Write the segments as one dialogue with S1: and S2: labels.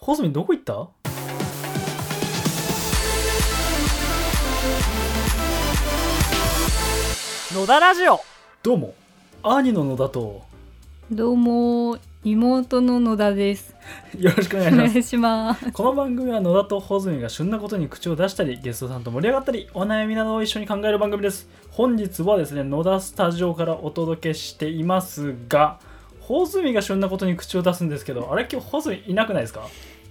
S1: コスミンどこ行った
S2: 野田ラジオ
S1: どうも兄の野田と
S3: どうも妹の野田です。
S1: よろしく お願い
S3: お
S1: しま
S3: 願
S1: す
S3: いします。
S1: この番組は野田と穂積が旬なことに口を出したりゲストさんと盛り上がったりお悩みなどを一緒に考える番組です本日はですね野田スタジオからお届けしていますが穂積が旬なことに口を出すんですけどあれ今日穂積いなくないですか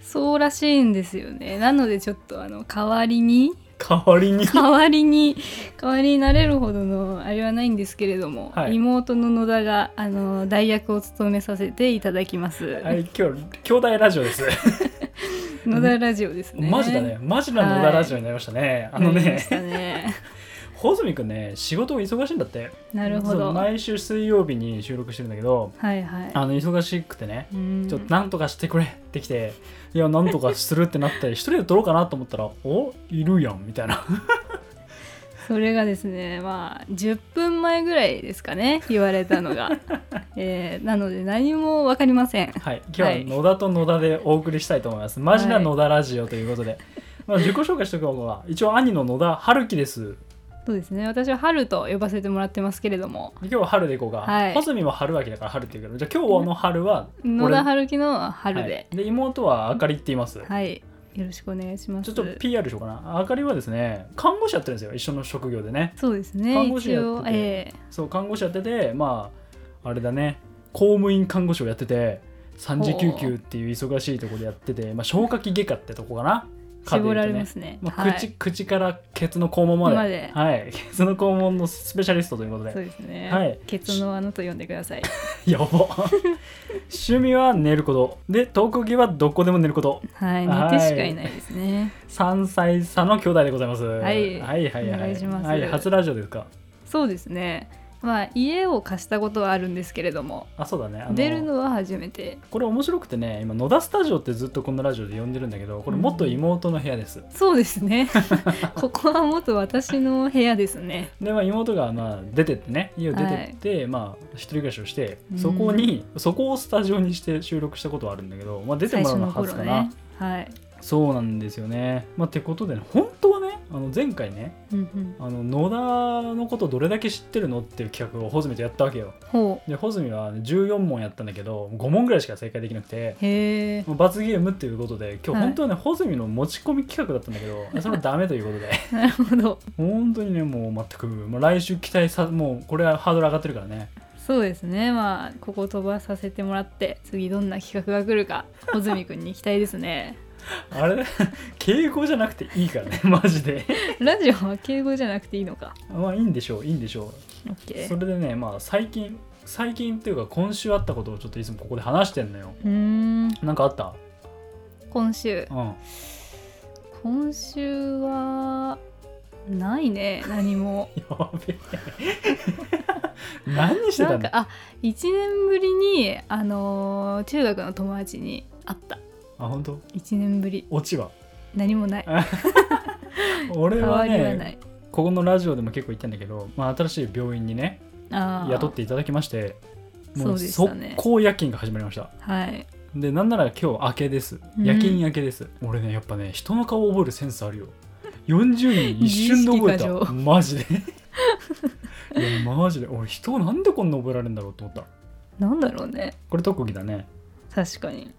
S3: そうらしいんですよね。なのでちょっとあの代わ りに
S1: 代わりに
S3: 代わりに代わりになれるほどのあれはないんですけれども、
S1: はい
S3: 妹の野田があの代役を務めさせていただきます。
S1: はい今日兄弟ラジオです
S3: 野田ラジオですね。
S1: マジだねマジな野田ラジオになりましたね、あの
S3: なりま
S1: ね
S3: し たね。
S1: 穂積君ね仕事が忙しいんだって
S3: なるほ
S1: その
S3: ど。はい
S1: 毎週水曜日に収録してるんだけど
S3: はい。
S1: あの忙しくてね
S3: うん
S1: ちょっとなんとかしてくれってきて、いや、なんとかするってなって、一人で撮ろうかなと思ったら、おいるやんみたい な。
S3: それがですねまあ10分前ぐらいですかね言われたの が、えーなので何も分かりません
S1: はい、今日ははい野田と野田でお送りしたいと思います。マジな野田ラジオということで。まあ、自己紹介しておくのは、一応兄の野田春樹です。
S3: そうですね私は春と呼ばせてもらってますけれども
S1: 今日は春でいこうか。
S3: はい
S1: 穂積も春秋だから春って言うけど、じゃあ今日の春は俺、
S3: 野田春樹の春
S1: はい
S3: で
S1: で、妹はあかりって言います。
S3: はい、よろしくお願いしま
S1: ち
S3: す
S1: ょっと PR しようかな。あかりはですね、看護師やってるんですよ、一緒の職業でね。
S3: そうですね
S1: 看護師やってて
S3: 一応え
S1: そう看護師やっててまああれだね公務員看護師をやってて3次救急っていう忙しいところでやってて、まあ、消化器外科ってとこかな
S3: ー絞られ
S1: ま
S3: ますすね
S1: まあ
S3: はい
S1: 口口からケツの肛門まで
S3: まで
S1: はい、ケツの肛門のスペシャリストということ
S3: そう
S1: で
S3: ですね、
S1: はい
S3: ケツの穴と呼んでく ださい
S1: や ば趣味は寝ることで特技はどこでも寝ること
S3: はい
S1: はい
S3: 寝てしかいないですね
S1: 3歳差の兄弟でございます、
S3: い
S1: はいはいはい
S3: お願いします
S1: はい初ラジオですか
S3: そうですねまあ家を貸したことはあるんですけれども
S1: あそうだねあ
S3: 出るのは初めて
S1: これ面白くてね今野田スタジオってずっとこのラジオで呼んでるんだけどこれ元妹の部屋です、
S3: そうで すね。ここは元私の部屋ですね。
S1: で、まあ、妹がまあ出てってね家を出てって、まあ一人暮らしをして
S3: うん
S1: そこに、そこをスタジオにして収録したことはあるんだけど、まあ、出て
S3: 最
S1: もら
S3: 初
S1: うの
S3: の
S1: は初
S3: 頃
S1: かな、
S3: ね。はい。
S1: そうなんですよね、まあ、ってことでね本当はねあの前回ね
S3: うんうん。
S1: あの野田のことどれだけ知ってるのっていう企画を穂積とやったわけよ
S3: ほ
S1: で穂積は14問やったんだけど5問ぐらいしか正解できなくて
S3: う。へえ。
S1: もう罰ゲームっていうことで今日
S3: はい
S1: 本当はね、穂積の持ち込み企画だったんだけ どそれはダメということで
S3: なるほど。
S1: 本当にねもう全くもう来週期待さもうこれはハードル上がってるからね
S3: そうですね。まあここ飛ばさせてもらって、次どんな企画が来るか、小泉くんに期待で すね。
S1: あれ敬語じゃなくていいからね マジで
S3: ラジオは敬語じゃなくていいのか。
S1: まあいいんでしょういいんでしょ
S3: オッ
S1: う
S3: ケ
S1: そ
S3: ー。
S1: れでねまあ最近最近っていうか今週あったことをちょっといつもここで話してんのよ
S3: うーん。
S1: なんかあった
S3: 今週、
S1: うん
S3: 今週はないね。何も。
S1: やべえ何 して
S3: な
S1: た
S3: ん
S1: の
S3: かあ、一年ぶりにあのー中学の友達に会った。
S1: あ本当
S3: 一年ぶり。
S1: オチは
S3: 何もない。
S1: 俺
S3: 変
S1: は
S3: わり
S1: ね
S3: はない。
S1: ここのラジオでも結構言ったんだけど、まあ、新しい病院にね
S3: あー
S1: 雇っていただきましても
S3: そううでした
S1: 速
S3: ね
S1: 攻夜勤が始まりましたで,、
S3: はい。
S1: なんなら今日明けです
S3: うん
S1: 夜勤明けです、俺ねやっぱね人の顔を覚えるセンスあるよ40人一瞬で覚え
S3: 自意識過
S1: た
S3: 剰
S1: マジでいやマジで俺人をなんでこんな覚えられるんだろうと思った
S3: なんだろうね。
S1: これ特技だね
S3: 確かに。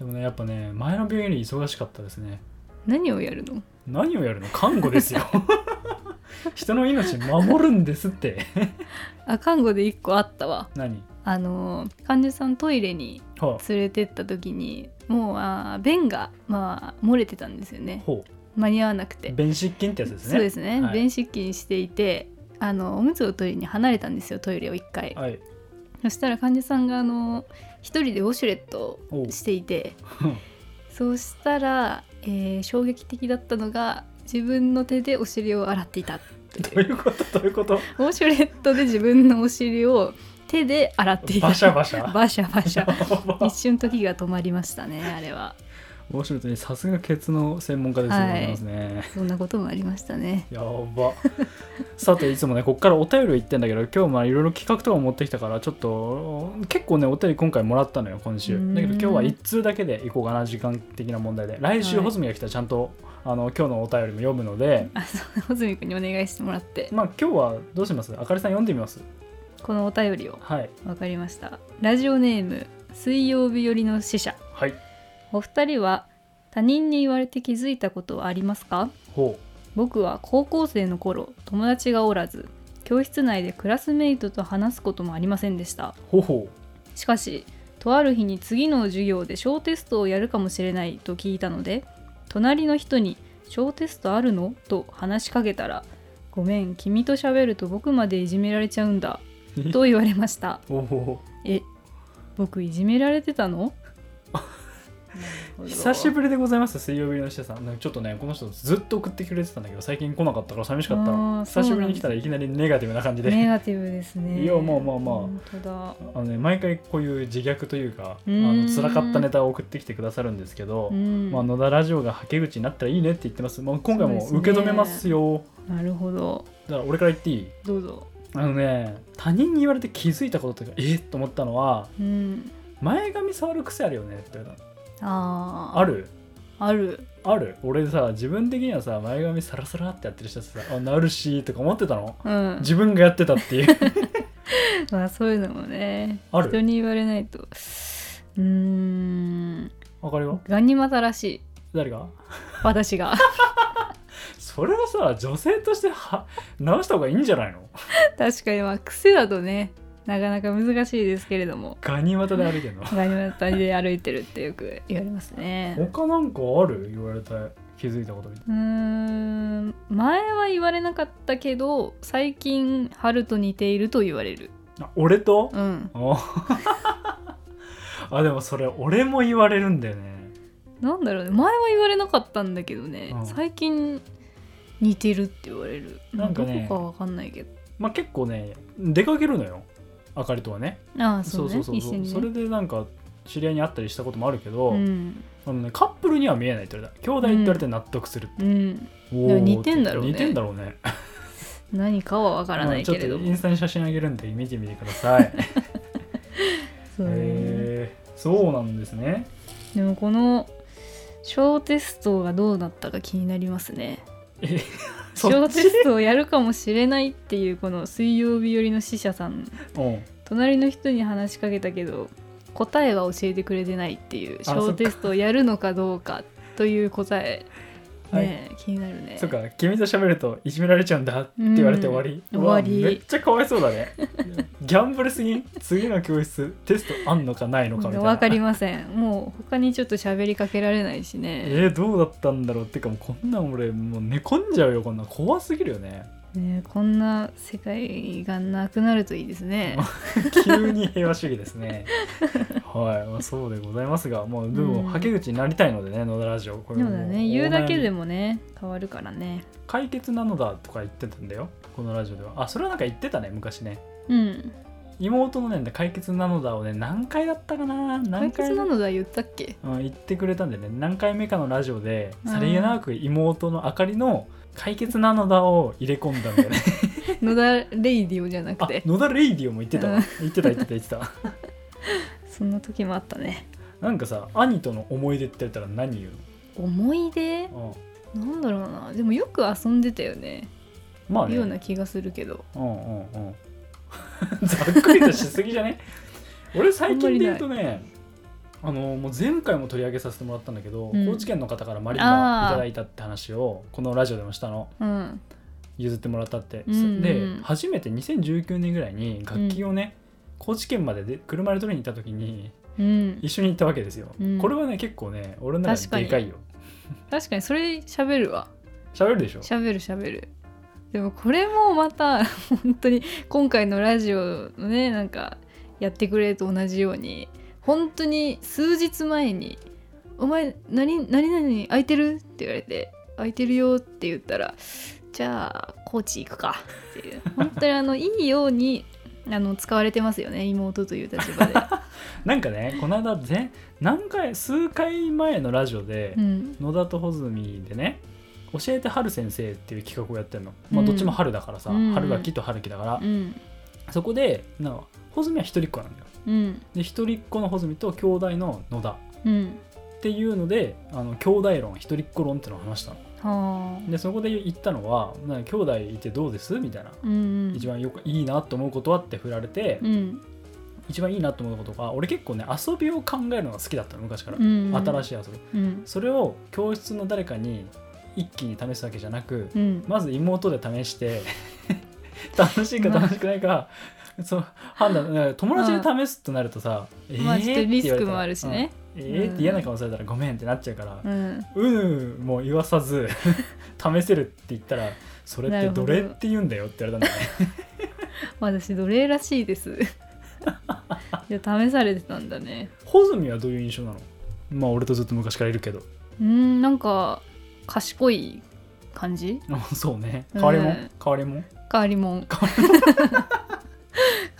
S1: でもねやっぱね前の病院より忙しかったですね
S3: 何をやるの
S1: 何をやるの看護ですよ 人の命守るんですって
S3: あ、看護で一個あったわ。
S1: 何
S3: あのー、患者さんトイレに
S1: は
S3: 連れてった時に、もう、あー便が、まあ、漏れてたんですよ
S1: あ
S3: ね。
S1: ほ
S3: 間に合わなく
S1: う
S3: て。
S1: 便失禁ってやつですね
S3: そうですね。
S1: はい
S3: 便失禁していて、あの、おむつを取りに離れたんですよ、トイレを一回。
S1: はい
S3: そしたら患者さんが、あのー、一人でウォシュレット
S1: おう
S3: をしていて、
S1: うん
S3: そうしたら、えー衝撃的だったのが自分の手でお尻を洗って いた
S1: どういうことどういうこと
S3: ウォシュレットで自分のお尻を手で 洗っていた
S1: バシャバシャ
S3: バシャバシャ
S1: やば
S3: 一瞬時が止まりましたねあれは
S1: ウォシュレットにさすがケツの専門家ですよ
S3: はい
S1: ございますね。
S3: そんなこともありましたね。
S1: やばさていつもねこっからお便り言ってんだけ ど今日まあいろいろ企画とか持ってきたからちょっと結構ねお便り今回もらったのよ今週
S3: うん
S1: だけど今日は1通だけでいこうかな時間的な問題で来週
S3: はい
S1: 穂積が来たらちゃんとあの今日のお便りも読むので
S3: あ、そう、穂積君にお願いしてもらって、
S1: まあ今日はどうしますあかりさん読んでみます
S3: このお便りを。
S1: はい
S3: わかりました。ラジオネーム、水曜日寄りの使者。
S1: はい
S3: お二人は他人に言われて気づいたことはありますか
S1: ほ
S3: 僕は高校生の頃友達がおらず教室内でクラスメイトと話すこともありませんでした
S1: うほうほ
S3: しかしとある日に次の授業で小テストをやるかもしれないと聞いたので隣の人に「小テストあるの?」と話しかけたら「ごめん君と喋ると僕までいじめられちゃう んだ」と言われました
S1: うおお
S3: え僕いじめられてたの
S1: 久し
S3: り
S1: ぶりでございます水曜日のしさんなんかちょっとねこの人ずっと送ってくれてたんだけど最近来なかったから寂しかった
S3: あ
S1: の
S3: ー
S1: 久しぶりに来たらいきなりネガティブな感じで
S3: ネガティブですね。
S1: いやまあまあまあ
S3: 本当だ。
S1: あのね、毎回こういう自虐というかあ
S3: うーん
S1: の辛かったネタを送ってきてくださるんですけど、
S3: うん
S1: まあ、野田ラジオがはけ口になったらいいねって言ってます、まあ、今回も
S3: そうで
S1: 受
S3: す
S1: け
S3: ね
S1: 止めますよ
S3: なるほど。
S1: だから俺から言っていい
S3: どうぞ。
S1: あのね他人に言われて気づいたことというかえっと思ったのは
S3: うん。
S1: 前髪触る癖あるよねって言われたの
S3: ああ。
S1: ある
S3: ある。
S1: ある俺さ自分的にはさ前髪サラサラってやってる人さあなるしとか思ってたの
S3: うん。
S1: 自分がやってたっていう
S3: まあそういうのもね。
S1: ある
S3: 人に言われないと。うーん。
S1: わかるよ
S3: ガニ股らしい。
S1: 誰が
S3: 私が。
S1: それはさ女性としては直した方がいいんじゃないの
S3: 確かにまあ癖だとね、なかなか難しいですけれども。
S1: ガニ股で歩いてんの
S3: ガニ股で歩いてるってよく言われますね。
S1: 他なんかある言われた気づいたことみたいう
S3: ーん前は言われなかったけど最近春と似ていると言われる
S1: なあ俺と、
S3: うん
S1: お あでもそれ俺も言われるんだよね
S3: なんだろうね前は言われなかったんだけどね、
S1: うん
S3: 最近似てるって言われる
S1: なんかね
S3: どこかわかんないけど
S1: まあ結構ね出かけるのよあかりとはね
S3: ああそうね一緒にね
S1: それでなんか知り合いに会ったりしたこともあるけど、
S3: うん、
S1: あのね、カップルには見えないって言われた兄弟って言われて納得する、
S3: うん、
S1: おー
S3: でも似てんだろうね
S1: 似てんだろうね
S3: 何かはわからないけれ
S1: ちょ
S3: ど
S1: っとイ
S3: も
S1: ンスタに写真あげるんで見てみてください へ
S3: そうね
S1: えそうなんですね
S3: でもこの小テストがどうなったか気になりますね
S1: えそ
S3: 小
S1: っ
S3: テ
S1: ち
S3: ストをやるかもしれないっていうこの水曜日寄りの死者さん
S1: うん
S3: 隣の人に話しかけたけど答えは教えてくれてないっていう
S1: あそっ
S3: 小
S1: か
S3: テストをやるのかどうかという答え
S1: はい
S3: ねえ気になるね
S1: そうか君と喋るといじめられちゃうんだって言われて終わり、
S3: うん
S1: うわ
S3: 終わり
S1: めっちゃかわいそうだね ギャンブルすぎん次の教室テストあんのかないのかみたいな
S3: 分かりませんもう他にちょっと喋りかけられないしね
S1: えー、どうだったんだろうってかもうこんなん俺もう寝込んじゃうよこんなん怖すぎるよね
S3: ねえこんな世界がなくなるといいですね
S1: 急に平和主義です ねはい、まあ、そうでございますがもうで
S3: うん
S1: もはけ口になりたいのでね野田ラジオこ
S3: でもだね言うだけで
S1: も
S3: もね変わるからね
S1: う解決なのだとか言ってたんだよこのラジオではあそれはなんか言ってたね昔ね
S3: うん
S1: 妹のね解決なのだをね何回だったかな何回
S3: 解決なのだ言ったっけ
S1: うん、言ってくれたんでね何回目かのラジオで
S3: うん
S1: さりげなく妹のあかりの「解決なのだ」を入れ込んだんだ よね
S3: 野田レイディオじゃなく
S1: あ
S3: て
S1: 野田レイディオも言ってた
S3: う
S1: わ
S3: ん
S1: 言ってた言ってた言ってた
S3: そんな時もあったね
S1: なんかさ兄との思い出って言ったら何言う
S3: 思い出
S1: の、
S3: なんだろうなでもよく遊んでたよね
S1: うん、まあね
S3: ような気がするけど
S1: うんうんうん ざっくりとしすぎじゃね俺最近で言うとねあのもう前回も取り上げさせてもらったんだけど、
S3: うん
S1: 高知県の方からマリンバいただいたって話をこのラジオでもしたの
S3: うん
S1: 譲ってもらったって、
S3: うんうん
S1: で初めて2019年ぐらいに楽器をね、高知県までで車で取りに行った時に
S3: うん
S1: 一緒に行ったわけですよ、
S3: うん
S1: これはね結構ね俺の中ででかいよ
S3: 確かにそれ喋るわ
S1: 喋るでしょ
S3: 喋る喋るでもこれもまた 本当に今回のラジオのねなんかやってくれと同じように本当に数日前に「お前何何々空いてる?」って言われて「空いてるよ」って言ったら「じゃあ高知行くか」っていう本当にあのいいようにあの使われてますよね妹という立 場で、
S1: なんかねこの間ぜ何回数回前のラジオで、
S3: うん、
S1: 野田と穂積でね「教えて春先生」っていう企画をやってるの、まあ、
S3: うん
S1: どっちも春だからさ、
S3: うん
S1: 春がきと春樹だから
S3: う、ん
S1: そこでなんか穂積は一人っ子なんだよ
S3: うん
S1: で一人っ子の穂積と兄弟の野田
S3: うん
S1: っていうのであの兄弟論一人っ子論ってのを話したの
S3: はあ
S1: でそこで言ったのは「なんか兄弟いてどうです?」みたいな、
S3: うんうん
S1: 一番よくいいなと思うことはって振られて、
S3: うん
S1: 一番いいなと思うことが俺結構ね遊びを考えるのが好きだったの昔から、
S3: うん
S1: 新しい遊び
S3: うん
S1: それを教室の誰かに一気に試すわけじゃなく、
S3: うん
S1: まず妹で試して 楽しいか楽しくないかそう判断なんか友達で試すとなるとさ、え
S3: まあちょっとリ
S1: って言
S3: ス
S1: われ
S3: ク
S1: たら
S3: もあるしね、
S1: うんえーって嫌な顔されたらごめんってなっちゃうから
S3: う、ん
S1: うん、もう言わさず 試せるって言ったらそれっ
S3: な
S1: て
S3: るほ
S1: 奴
S3: ど
S1: 隷って言うんだよって言われたんだよね
S3: 私奴隷らしいです いや試されてたんだね
S1: 穂積はどういう印象なのまあ俺とずっと昔からいるけど
S3: うんなんか賢い感じ
S1: そうね
S3: うん
S1: 変わりもん変わりもん
S3: 変わりもん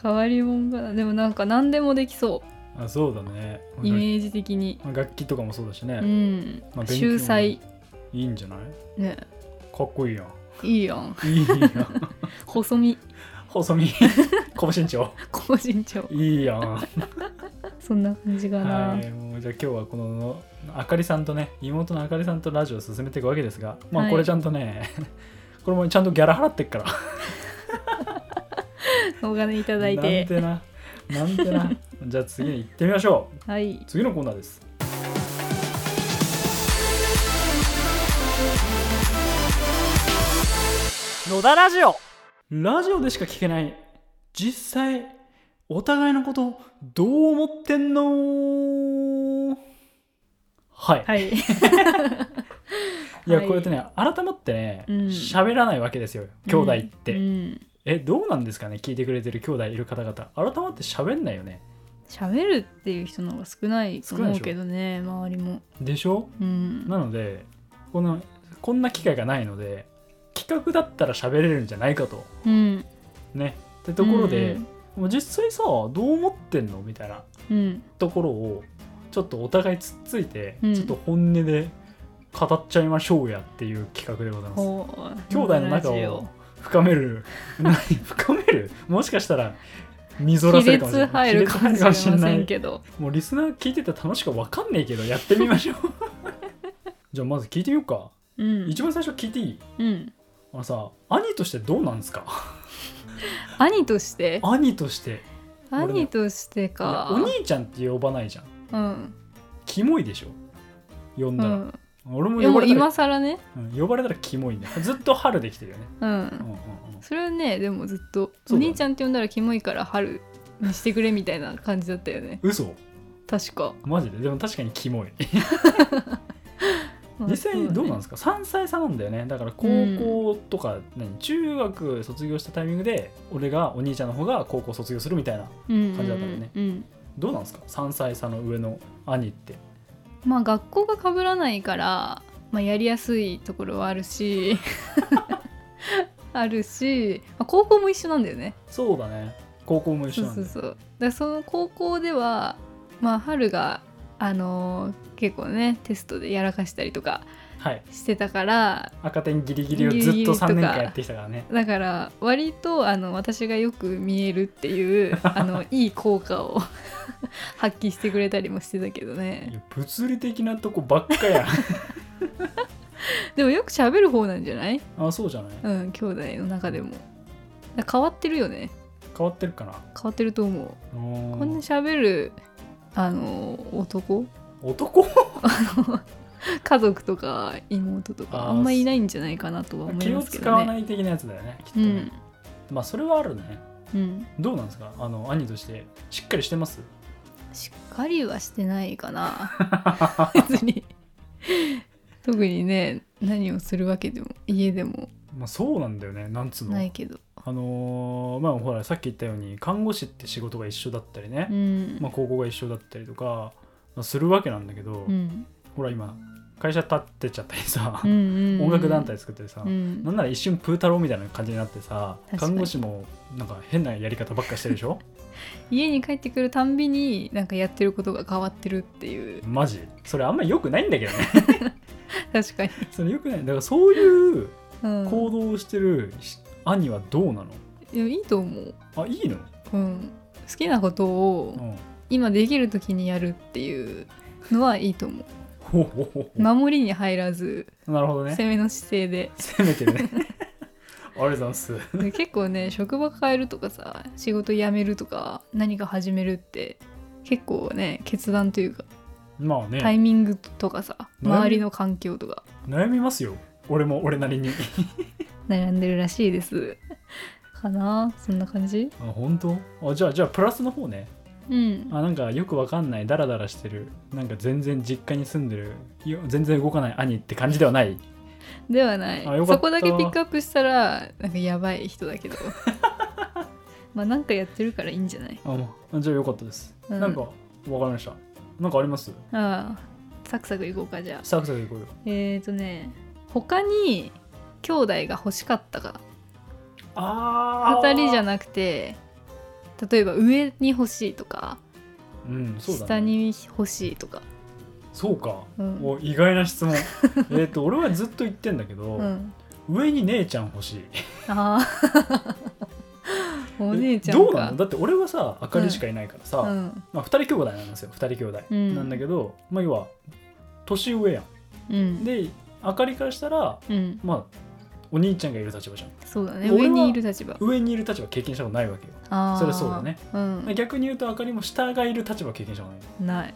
S3: 変わりもんかなでもなんか何でもできそ
S1: あそうだね
S3: うイメージ的に
S1: まあ楽器とかもそうだしね、
S3: うん
S1: まあ勉強も
S3: 秀才
S1: いいんじゃない
S3: ね
S1: かっこいいやん
S3: いいやん
S1: いいやん
S3: 細身
S1: 細 身高身長
S3: 高身長
S1: いいやん
S3: そんな感じかな、
S1: はいもうじゃあ今日はこのあかりさんとね妹のあかりさんとラジオを進めていくわけですがま
S3: は
S1: あ
S3: い
S1: これちゃんとね、 これもちゃんとギャラ払ってっから
S3: お金いただい
S1: なん
S3: て
S1: てななんてなじゃあ次に行ってみましょう
S3: はい
S1: 次のコーナーです
S2: 野田ラジオ
S1: ラジオでしか聞けない実際お互いのことどう思ってんのはい、、
S3: はいい
S1: や
S3: はい
S1: これってね改まってね
S3: うん
S1: 喋、らないわけですよ 兄弟って、
S3: うん
S1: えどうなんですかね聞いてくれてる兄弟いる方々改まって喋んないよね
S3: 喋るっていう人の方が少ないと思うけどね周りも
S1: でしょ
S3: うん
S1: なのでこのこんな機会がないので企画だったら喋れるんじゃないかと
S3: うん
S1: ねってところで、
S3: うん
S1: もう実際さどう思ってんのみたいな
S3: うん
S1: ところをちょっとお互いつっついて、
S3: うん
S1: ちょっと本音で語っちゃいましょうやっていう企画でございます。
S3: ほう
S1: 兄弟の仲
S3: ラジオ
S1: を深め る何深めるもしかしたら溝らせるかもしれない
S3: 亀裂入るかもし
S1: 亀
S3: れま
S1: 裂入るかもし
S3: せ
S1: れなんい
S3: けど
S1: もうリスナー聞いてて楽しくわかんねえけどやってみましょう じゃあまず聞いてみようか、
S3: うん
S1: 一番最初聞いていい
S3: うん
S1: あのさ兄としてどうなんです か
S3: 兄として
S1: 兄として俺ね
S3: 兄としてか
S1: お兄ちゃんって呼ばないじゃん
S3: うん
S1: キモいでしょ呼ん
S3: う
S1: だら、
S3: ん
S1: 俺も
S3: で
S1: 呼ば
S3: も
S1: れたら
S3: 今更ね
S1: うん呼ばれたらキモいねずっと春できてるよね、
S3: う
S1: うんんうんうん、
S3: それはねでもずっと
S1: そ
S3: お
S1: うだね
S3: 兄ちゃんって呼んだらキモいから春にしてくれみたいな感じだったよね
S1: 嘘
S3: 確か
S1: マジででも確かにキモい
S3: まあ
S1: 実際にどうなんですか3歳差なんだよねだから高校とか、何中学卒業したタイミングで俺がお兄ちゃんの方が高校卒業するみたいな
S3: そうねうん
S1: 感じだったよね
S3: うんうん
S1: どうなんですか3歳差の上の兄って
S3: まあ学校が被らないから、まあ、やりやすいところはあるし あるし、まあ、高校も一緒なんだよね
S1: そうだね高校も一
S3: そ
S1: 緒
S3: う
S1: なんで
S3: そうそうだからその高校ではまあ春があのー結構ねテストでやらかしたりとか
S1: はい
S3: してたから
S1: 赤点ギリギリをず
S3: ギリギ
S1: っ
S3: リ
S1: と
S3: とか
S1: 3年間やってきたからね
S3: だから割とあの私がよく見えるっていう あのいい効果を 発揮してくれたりもしてたけど
S1: い
S3: ね
S1: や物理的なとこばっか や
S3: でもよく喋る方なんじゃない
S1: あそうじゃない
S3: うん兄弟の中でもだから変わってるよね
S1: 変わってるかな
S3: 変わってると思う
S1: うーん
S3: こんな喋るあの男
S1: 男
S3: 家族とか妹と
S1: あ
S3: か
S1: ー
S3: あんまいないんじゃないかなとは思い
S1: 気を
S3: ますけ
S1: 使わ
S3: どね
S1: ない的なやつだよねきっと
S3: う
S1: ね、
S3: ん
S1: まあそれはあるね
S3: うん
S1: どうなんですかあの兄としてしっかりしてます
S3: しっかりはしてないかな 別に 特にね何をするわけでも家でも
S1: まあそうなんだよねなんつうの、
S3: ないけど
S1: あのーまあほらさっき言ったように看護師って仕事が一緒だったりね、
S3: うん
S1: まあ、高校が一緒だったりとかまあするわけなんだけど、
S3: うん
S1: ほら今会社立ってちゃったりさ、
S3: うんうんうん
S1: 音楽団体作ったりさ、
S3: うん
S1: なんなら一瞬プー太郎みたいな感じになってさ
S3: 確かに
S1: 看護師もなんか変なやり方ばっかしてるでし ょ
S3: 家に帰ってくるたんびになんかやってることが変わってるっていう
S1: マジそれあんまり良くないんだけどね
S3: 確かに、
S1: それ良くないだからそういう
S3: うん、
S1: 行動をしてるし兄はどうなの
S3: いやいいと思う、
S1: あいいの、
S3: うん、好きなこと
S1: う
S3: を
S1: ん、
S3: 今できる時にやるっていうのはいいと思う
S1: ほうほうほうほ
S3: 守りに入らず
S1: うなるほど ね
S3: 攻めの姿勢で
S1: 攻めてるね ありがとうございます
S3: で結構ね職場変えるとかさ仕事辞めるとか何か始めるって結構ね決断というか
S1: まあね、
S3: タイミングとかさ
S1: 悩み
S3: 周りの環境とか
S1: 悩みますよ俺も俺なりに
S3: 悩んでるらし いですかなそんな感じ
S1: あ本当あじゃあじゃあプラスの方ね
S3: うん
S1: あなんかよくわかんないダラダラしてるなんか全然実家に住んでるよ全然動かない兄って感じではない
S3: ではない
S1: あよかった
S3: そこだけピックアップしたらなんかやばい人だ けどまあなんかやってるからいいんじゃない
S1: あもうじゃあよかったです、
S3: うん
S1: なんかわかりましたなんかあります
S3: ああサクサクいこうかじゃあ
S1: サクサクいこうよ
S3: えーとね他に兄弟が欲しかったか
S1: あ
S3: 2人じゃ
S1: い
S3: なくて例えば上に欲しいとか、
S1: うんそうだ、ね、
S3: 下に欲しいとか
S1: そうか、
S3: うん
S1: お意外な質問 えっと俺はずっと言ってんだけど、
S3: うん
S1: 上に姉ちゃん欲しい
S3: あ あお姉ちゃん
S1: え
S3: か
S1: どうなのだって俺はさあかりしかいないからさ、
S3: うん
S1: まあ、2人兄弟なんですよ2人兄弟、
S3: うん
S1: なんだけど、まあ、要は年上や
S3: うん
S1: んであかりからしたら
S3: うん、
S1: まあお兄ちゃんがいる立場じゃん
S3: そうだね
S1: 俺は
S3: 上にいる立場
S1: 上にいる立場経験したことないわけよ
S3: ああ
S1: それそうだね、
S3: うん、
S1: 逆に言うとあかりも下がいる立場経験したことない
S3: ない、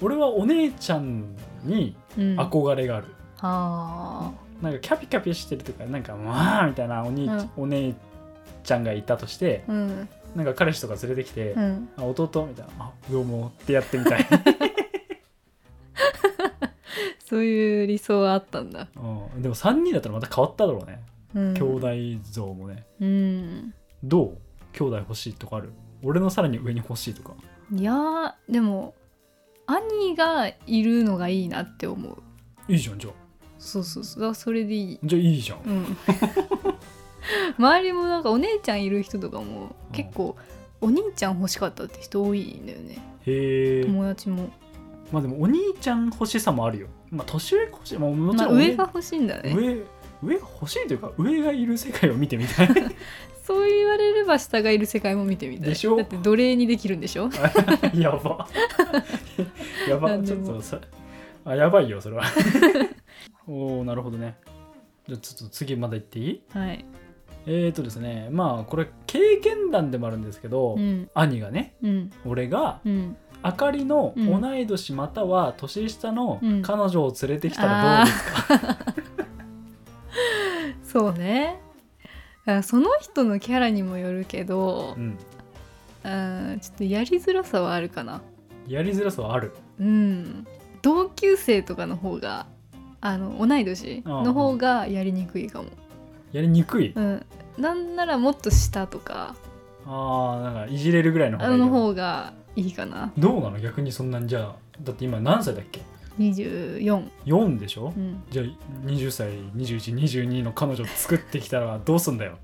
S1: 俺はお姉ちゃんに
S3: うん、
S1: 憧れがある、
S3: あ
S1: なんかキャピキャピしてるとかなんかまあみたいなお兄、
S3: うん
S1: お姉ちゃんがいたとして
S3: あうん
S1: なんか彼氏とか連れてきて
S3: う、ん
S1: あ弟みたいなあどうもってやってみた い、
S3: そういう理想はあったんだ
S1: うん、でも3人だったらまた変わっただろうね
S3: うん
S1: 兄弟像もね、
S3: うん
S1: どう兄弟欲しいとかある俺のさらに上に欲しいとか
S3: いやーでも兄がいるのがいいなって思う
S1: いいじゃんじゃあ
S3: そうそうそうだからそれでいい
S1: じゃあいいじゃん
S3: うん 周りもなんかお姉ちゃんいる人とかも結構お兄ちゃん欲しかったって人多いんだよね
S1: へえ
S3: 友達も
S1: まあでもお兄ちゃん欲しさもあるよまあ年上欲しい、まあ、もち
S3: まあ
S1: ろん
S3: 上が欲しいんだ
S1: 上
S3: ね
S1: 上上が欲しいというか上がいる世界を見てみたい
S3: そう言われれば下がいる世界も見てみたい
S1: でしょ
S3: だって奴隷にできるんでしょ
S1: やばやば
S3: なん
S1: ち
S3: で
S1: ょっ
S3: も
S1: とそあやばいよそれは おおなるほどねじゃあちょっと次まだ行っていい
S3: はい
S1: えーとですねまあこれ経験談でもあるんですけど、
S3: うん
S1: 兄がね
S3: うん
S1: 俺が
S3: うん
S1: あかりの
S3: うん
S1: 同い年または年下の
S3: うん
S1: 彼女を連れてきたらどうですか、
S3: そうねあその人のキャラにもよるけど
S1: うん、
S3: うんちょっとやりづらさはあるかな
S1: やりづらさはある
S3: うん同級生とかの方があの同い年の方がやりにくいかも、
S1: やりにくい、
S3: うん、なんならもっと下とか
S1: あーなんかいじれるぐらいの方
S3: あ
S1: がいい
S3: の
S1: の
S3: 方がいいかな
S1: どうなの逆にそんなんじゃあだって今何歳だっけ
S3: 24
S1: 4でしょ、
S3: うん
S1: じゃあ20歳2122の彼女作ってきたらどうすんだよ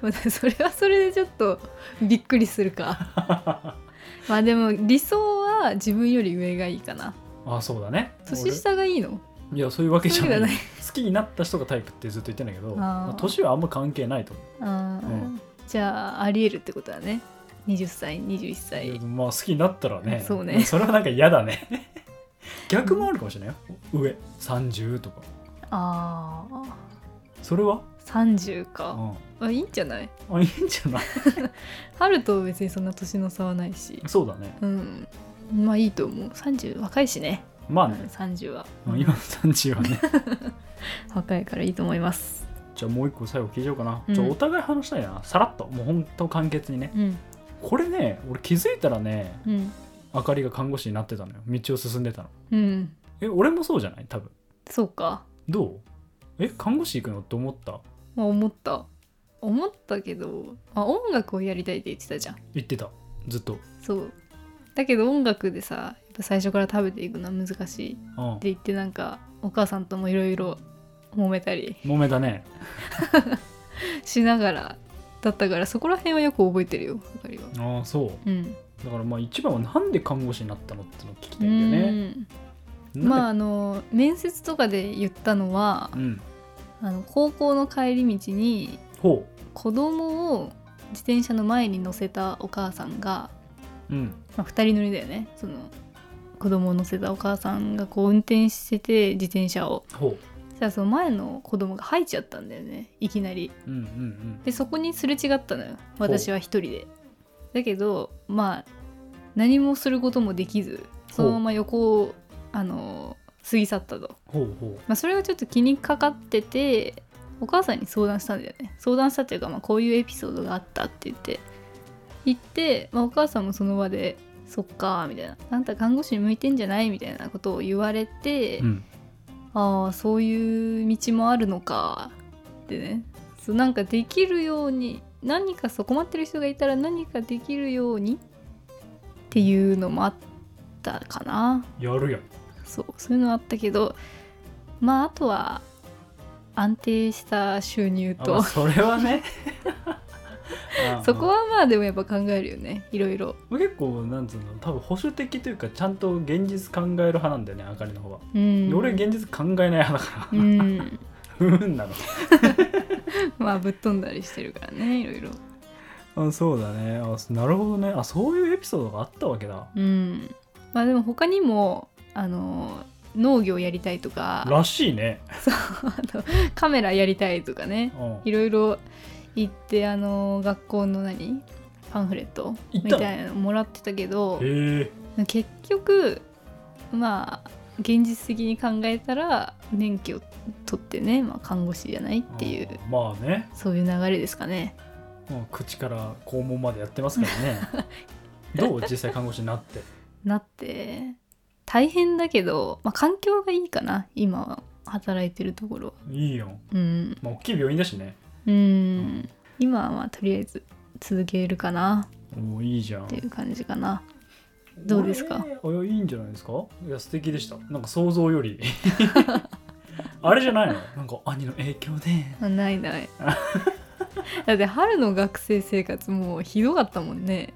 S3: まあそれはそれでちょっとびっくりするか まあでも理想は自分より上がいいかな
S1: あそうだね
S3: 年下がいいの
S1: 俺いやそういうわけじゃない
S3: そういうわけ
S1: 好きになった人がタイプってずっと言ってんだけど
S3: あー
S1: まあ年はあんま関係ないと思
S3: あー、
S1: うん
S3: じゃあありえるってことだね20歳21
S1: う、いや
S3: 歳
S1: まあ好きになったらね
S3: そうね
S1: それはなんか嫌だね 逆もあるかもしれないよ上30とか
S3: あ
S1: それは、
S3: ー30
S1: う
S3: か、
S1: ん、
S3: まあ、いいんじゃない
S1: あいいんじゃない
S3: 春と別にそんな年の差はないし
S1: そうだね
S3: うんまあいいと思う30若いしね、
S1: まあ
S3: うん
S1: ね、
S3: 30は、
S1: うん今の30はね
S3: 若いからいいと思います
S1: じゃあもう一個最後聞いちゃおうかな、
S3: うん
S1: じゃあお互い話したいなさらっともうほんと簡潔にね
S3: うん
S1: これね俺気づいたらね
S3: うん
S1: あかりが看護師になってたのよ道を進んでたの
S3: うん
S1: え俺もそうじゃない多分
S3: そうか、
S1: どうえ看護師行くのって思った
S3: まあ、思った思ったけど、まあ、音楽をやりたいって言ってたじゃん
S1: 言ってたずっと
S3: そうだけど音楽でさぱ最初から食べていくのは難しいって
S1: うん
S3: 言ってなんかお母さんともいろいろ揉めたり
S1: 揉めたね
S3: しながらだったからそこら辺はよく覚えてるよあかりは
S1: ああそう
S3: うん
S1: だからまあ一番はなんで看護師になったのってのを聞き
S3: う
S1: たいんだよね
S3: んまああの面接とかで言ったのは
S1: あうん
S3: あの高校の帰り道に
S1: ほ
S3: 子供を自転車の前に乗せたお母さんが、
S1: ううん
S3: まあ、2人乗りだよねその子供を乗せたお母さんがこう運転してて自転車を
S1: ほ
S3: そしたらその前の子供が入っちゃったんだよねいきなり
S1: ううんうんうん
S3: でそこにすれ違ったのよ私は一人でだけどまあ何もすることもできずそのまま横をあの過ぎ去ったと、
S1: ほうほ
S3: まあ、それがちょっと気にかかっててお母さんに相談したんだよね相談したっていうか、まあ、こういうエピソードがあったって言って言って、まあ、お母さんもその場で「そっか」みたいな「あんた看護師に向いてんじゃない?」みたいなことを言われて、
S1: ううん
S3: ああそういう道もあるのかってねそうなんかできるように何かそう困ってる人がいたら何かできるようにっていうのもあったかな
S1: やるやん
S3: そうそういうのあったけどまああとは安定した収入
S1: あまあ
S3: と
S1: それは ね ああ
S3: そこはまあでもやっぱ考えるよねいろいろ
S1: 結構なんつうの多分保守的というかちゃんと現実考える派なんだよねあかりの方は、
S3: うん
S1: で俺現実考えない派だから
S3: うん
S1: 不運なの
S3: まあぶっ飛んだりしてるからねいろいろ
S1: あそうだねあなるほどねあそういうエピソードがあったわけだ
S3: うんまあでも他にもあの農業やりたいとから
S1: しいね、
S3: カメラやりたいとかね
S1: うん、
S3: いろいろ行ってあの学校の何パンフレット
S1: 行
S3: み
S1: ったの
S3: たいなのもらってたけど
S1: へえ
S3: 結局まあ現実的に考えたら免許取ってね、まあ、看護師じゃないっていう
S1: あまあね、
S3: そういう流れですかね
S1: うん口から肛門までやってますからね どう実際看護師になって
S3: なって大変だけど、まあ、環境がいいかな今は働いてるところはい
S1: いよ、
S3: うん
S1: まあ、大きい病院だしね
S3: うん今はまあとりあえず続けるかな
S1: おーいいじゃん
S3: っていう感じかなどうですか
S1: あいやいいんじゃないですかいや素敵でしたなんか想像より あれじゃないのなんか兄の影響で
S3: あないない だって春の学生生活もうひどかったもんね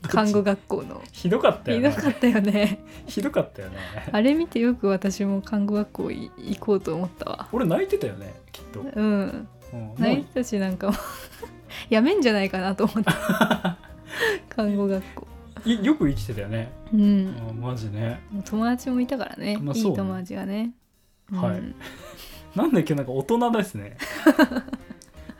S3: 看護学校の
S1: ひどかったよ
S3: ひ
S1: ね
S3: どかった よね
S1: ひどかったよね
S3: あれ見てよく私も看護学校い行こうと思ったわ
S1: 俺泣いてたよねきっと、うん
S3: うん
S1: もう
S3: 泣いたしなんかもう やめんじゃないかなと思った 看護学校
S1: いよく生きてたよね、
S3: う
S1: うんん、マジね
S3: もう友達もいたからね、
S1: まあ
S3: いい
S1: そうね
S3: 友達がね、うん
S1: はいなんだっけなんか大人です ね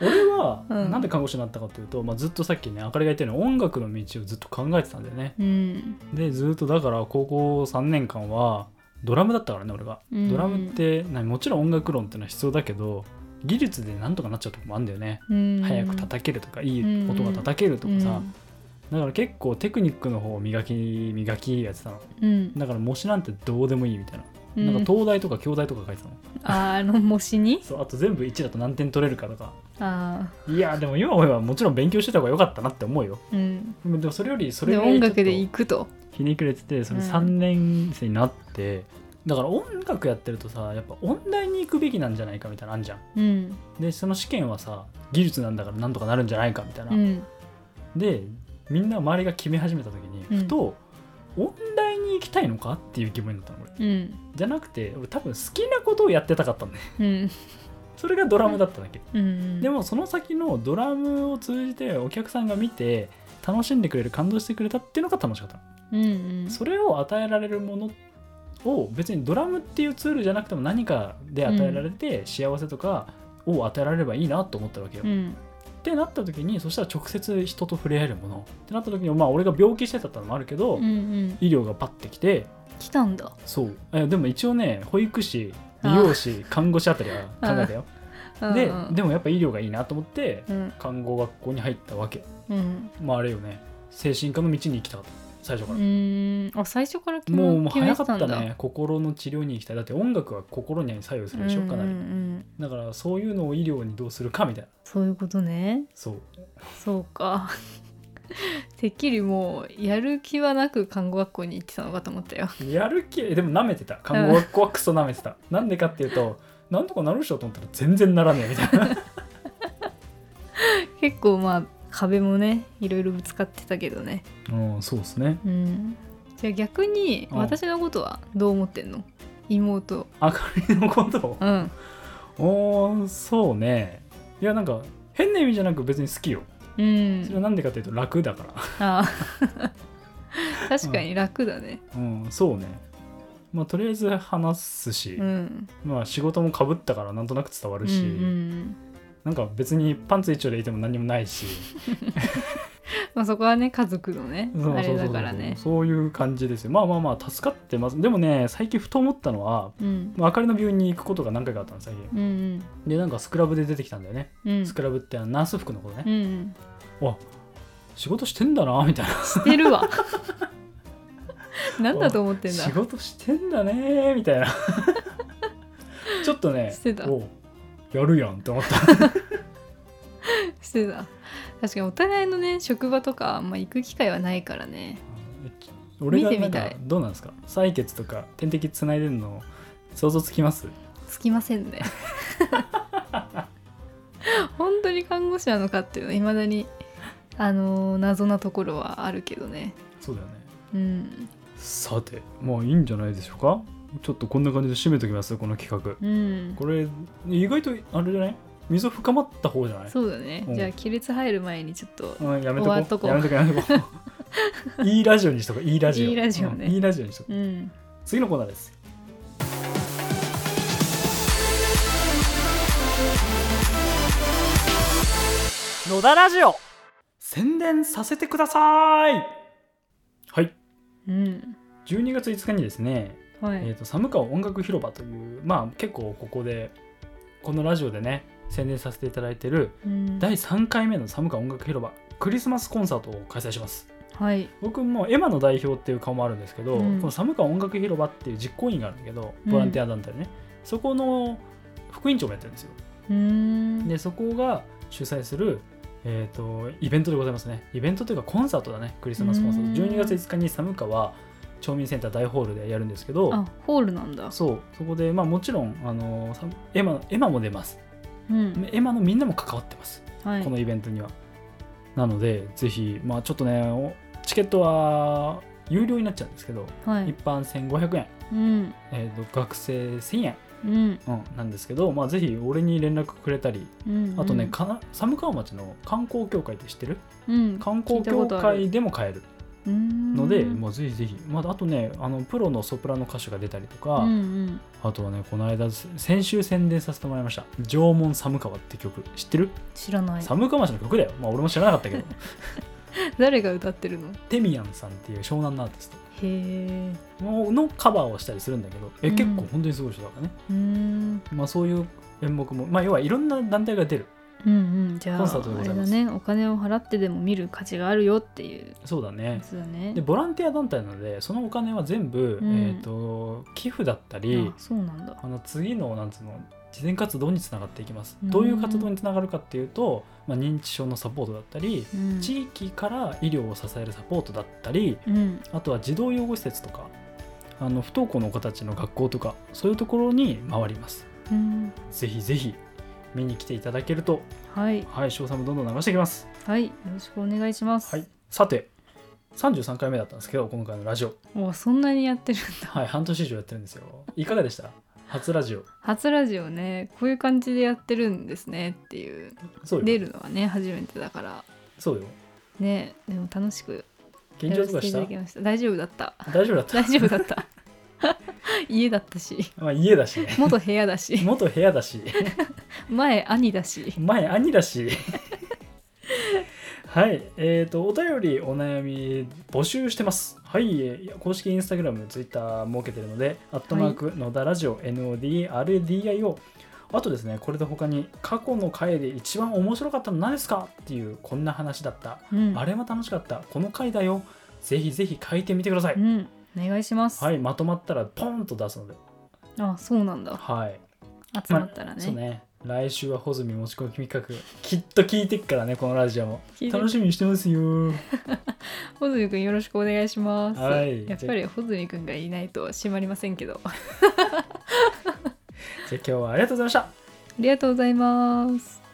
S1: 俺は、
S3: うん
S1: なんで看護師になったかというと、まあ、ずっとさっきねあかりが言ったように音楽の道をずっと考えてたんだよね
S3: うん
S1: でずっとだから高校3年間はドラムだったからね俺が、
S3: うん
S1: ドラムって何もちろん音楽論ってのは必要だけど技術でなんとかなっちゃうとこもあるんだよね、
S3: うん、
S1: 早く叩けるとかいい音が叩けるとかさ、だから結構テクニックの方を磨き磨きやってたの
S3: うん、
S1: だから模試なんてどうでもいいみたいな、
S3: うん、
S1: なんか東大とか京大とか書いてたの
S3: あーあの模試に
S1: そうあと全部1だと何点取れるかとか
S3: あ
S1: いやでも今思えばもちろん勉強してた方が良かったなって思うよ
S3: あうん
S1: でもそれよりそれ
S3: で
S1: ぐらい
S3: 音
S1: ちょっと
S3: 楽で行くと
S1: ひねくれててそれ
S3: うん
S1: 3年生になって、だから音楽やってるとさやっぱ音大に行くべきなんじゃないかみたいなのあんじゃん
S3: うん
S1: でその試験はさ技術なんだからなんとかなるんじゃないかみたいな、
S3: うん
S1: でみんな周りが決め始めた時に、
S3: うん
S1: ふと音大に行きたいのかっていう疑問になったの俺
S3: うん
S1: じゃなくて俺多分好きなことをやってたかったんだよ
S3: うん
S1: それがドラムだっただけ、
S3: うん
S1: でもその先のドラムを通じてお客さんが見て楽しんでくれる感動してくれたっていうのが楽しかったの
S3: うんうん
S1: それを与えられるものを別にドラムっていうツールじゃなくても何かで与えられて幸せとかを与えられればいいなと思ったわけよ。
S3: う
S1: っ
S3: ん
S1: てなった時にそしたら直接人と触れ合えるものってなった時にまあ俺が病気してたってのもあるけど、
S3: うんうん
S1: 医療がパッてきて
S3: 来たんだ
S1: そうえでも一応ね保育士美容師看護師あたりは考えたよ。で
S3: うん
S1: でもやっぱ医療がいいなと思って
S3: うん
S1: 看護学校に入ったわけ。
S3: うん
S1: まああれよね精神科の道に行きたかった最初
S3: う
S1: から。
S3: んあ最初から決め
S1: もうもう
S3: 決め
S1: 早
S3: て
S1: か
S3: た
S1: っ
S3: ん
S1: た
S3: だ
S1: ね心の治療に行きたいだって音楽は心に左右するでしょかなり、
S3: うんうんうん
S1: だからそういうのを医療にどうするかみたいな
S3: そういうことね
S1: そう
S3: そうか てっきりもうやる気はなく看護学校に行ってたのかと思ったよ
S1: やる気でも舐めてた看護学校はクソ舐めてたなんでかっていうとなんとかなるでしょと思ったら全然ならねえみた いな
S3: 結構まあ壁もねいろいろぶつかってたけどね
S1: うんそうですね
S3: うんじゃあ逆に
S1: うん
S3: 私のことはどう思ってんの妹
S1: あかりのことを
S3: うん
S1: おーそうねいやなんか変な意味じゃなく別に好きよ
S3: う
S1: それは
S3: ん
S1: なんでかっていうと楽だから
S3: あー 確かに楽だね
S1: うんそうねまあとりあえず話すし、
S3: うん
S1: まあ仕事もかぶったからなんとなく伝わ
S3: う
S1: る
S3: んう
S1: し、
S3: ん
S1: なんか別にパンツ一丁でいても何にもない し
S3: まあそこはね家族のね
S1: そうそう
S3: あれ
S1: そう
S3: だ
S1: そう
S3: からね
S1: そういう感じですよまあまあまあ助かってますでもね最近ふと思ったのは
S3: うん
S1: まああかりの病院に行くことが何回かあったの最近
S3: うんうん
S1: でなんかスクラブで出てきたんだよね、
S3: うん
S1: スクラブってあのナース服のことね
S3: う、ん
S1: 仕事してんだなみたいな
S3: して るわなんだと思ってんだ
S1: 仕事してんだねみた いなちょっとね
S3: してた
S1: おやるやんって思った
S3: してた確かにお互いのね職場とかあんま行く機会はないからね
S1: 俺が
S3: 見て
S1: なん
S3: みた
S1: か
S3: い
S1: どうなんですか採血とか点滴つないでるの想像つきます
S3: つきま せんね本当に看護師なのかっていうのはいまだにあのー謎なところはあるけどね
S1: そうだよね
S3: うん
S1: さてまあいいんじゃないでしょうかちょっとこんな感じで締めときますこの企画
S3: うん
S1: これ意外とあれじゃない溝深まった方じゃない
S3: そうだね
S1: うん
S3: じゃあ亀裂入る前にちょっと
S1: うん、やめ
S3: 終わっ
S1: と
S3: と
S1: こ
S3: こ
S1: う。やめとこうやめとこ う。いいラジオにしとこう。いいラジオ。
S3: いいラジオね
S1: うんいいラジオにしとこう。
S3: うん
S1: 次のコーナーです。野田ラジオ宣伝させてくださいはい。
S3: うん
S1: 12月5日にですね、
S3: は
S1: えー、
S3: い
S1: と寒川音楽広場という、まあ結構ここで、このラジオでね、宣伝させていただいてる
S3: うん
S1: 第3回目の寒川音楽広場クリスマスコンサートを開催します。
S3: はい
S1: 僕もエマの代表っていう顔もあるんですけど、
S3: うん
S1: この寒川音楽広場っていう実行委員があるんだけどボランティア団体ね、そこの副委員長もやってるんですよ
S3: うーん
S1: でそこが主催する、えー、とイベントでございますねイベントというかコンサートだねクリスマスコンサート、
S3: うん
S1: 12月5日に寒川町民センター大ホールでやるんですけど
S3: あホールなんだ
S1: そうそこで、まあ、もちろんあのさエマエマも出ます
S3: うん
S1: エマのみんなも関わってます
S3: はい
S1: このイベントには。なので、ぜひ、まあ、ちょっとね、おチケットは有料になっちゃうんですけど、
S3: は
S1: 一
S3: い
S1: 般1500円、
S3: うん
S1: えーと学生1000円、
S3: うん
S1: うんなんですけど、まあ、ぜひ俺に連絡くれたり、
S3: うん
S1: あとね、
S3: うん
S1: かな寒川町の観光協会って知ってる
S3: うん
S1: 観光協会でも買えるの
S3: の
S1: で、もうぜひぜひ、まあ、あとねあの、プロのソプラノ歌手が出たりとか、
S3: うんうん、
S1: あとはね、この間、先週宣伝させてもらいました、縄文寒川って曲、知ってる、
S3: 知らない
S1: 寒川町の曲だよ、まあ、俺も知らなかったけど。
S3: 誰が歌ってるのへ
S1: テミヤンさんっていう湘南のアーティス
S3: え
S1: トののカバーをしたりするんだけどえ
S3: うん
S1: 結構本当にすごい人だからね、
S3: うーん
S1: まあ、そういう演目も、まあ、要はいろんな団体が出る
S3: うんうんじゃあ
S1: コンサートでございます
S3: あれだねお金を払ってでも見る価値があるよっていう
S1: そうだね
S3: やつだね
S1: でボランティア団体なのでそのお金は全部、
S3: うん
S1: えー、と寄付だったり
S3: あそうなんだ
S1: あの次のなんつうの慈善活動につながっていきます、
S3: うん
S1: どういう活動につながるかっていうと、まあ、認知症のサポートだったり
S3: うん
S1: 地域から医療を支えるサポートだったり
S3: うん
S1: あとは児童養護施設とかあの不登校の子たちの学校とかそういうところに回ります
S3: うん
S1: ぜひぜひ見に来ていただけると、
S3: はい
S1: はい、詳細もどんどん流していきます。
S3: はいよろしくお願いします、
S1: はい、さて、33回目だったんですけど、今回のラジオ。
S3: おそんなにやってるんだ
S1: はい、半年以上やってるんですよ。いかがでした初ラジオ。
S3: 初ラジオねこういう感じでやってるんですねっていう
S1: そう
S3: 出
S1: よ。
S3: るのはね初めてだから
S1: そうよ。
S3: ねでも楽しく
S1: 緊張とかし
S3: やらせていただ
S1: た
S3: きました大丈夫だった
S1: 大丈夫だった
S3: 大丈夫だった 家だったし
S1: まあ家だ しね。
S3: 元部屋だし
S1: 元部屋だし、
S3: 前兄だし
S1: 前兄だし。 はい、えっ、と、お便り、お悩み募集してます。はい、えー公式インスタグラム、ツイッター設けてるので、アットマーク、野田ラジオ、NODRDIO。あとですね、これで他に、過去の回で一番面白かったの何ですかっていう、こんな話だった。
S3: うん
S1: あれは楽しかった。この回だよ。ぜひぜひ書いてみてください。
S3: うん、お願いします。
S1: はい、まとまったらポンと出すので。
S3: あ、そうなんだ。
S1: はい。
S3: 集まったらね。
S1: そうね。来週はホズミ持ち込み企画きっと聞いてっからねこのラジオも
S3: 聞いてる
S1: 楽しみにしてますよ
S3: ホズミくんよろしくお願いします。
S1: はい
S3: やっぱりホズミくんがいないと閉まりませんけど。あ
S1: じゃあ今日はありがとうございました
S3: りがとうございます。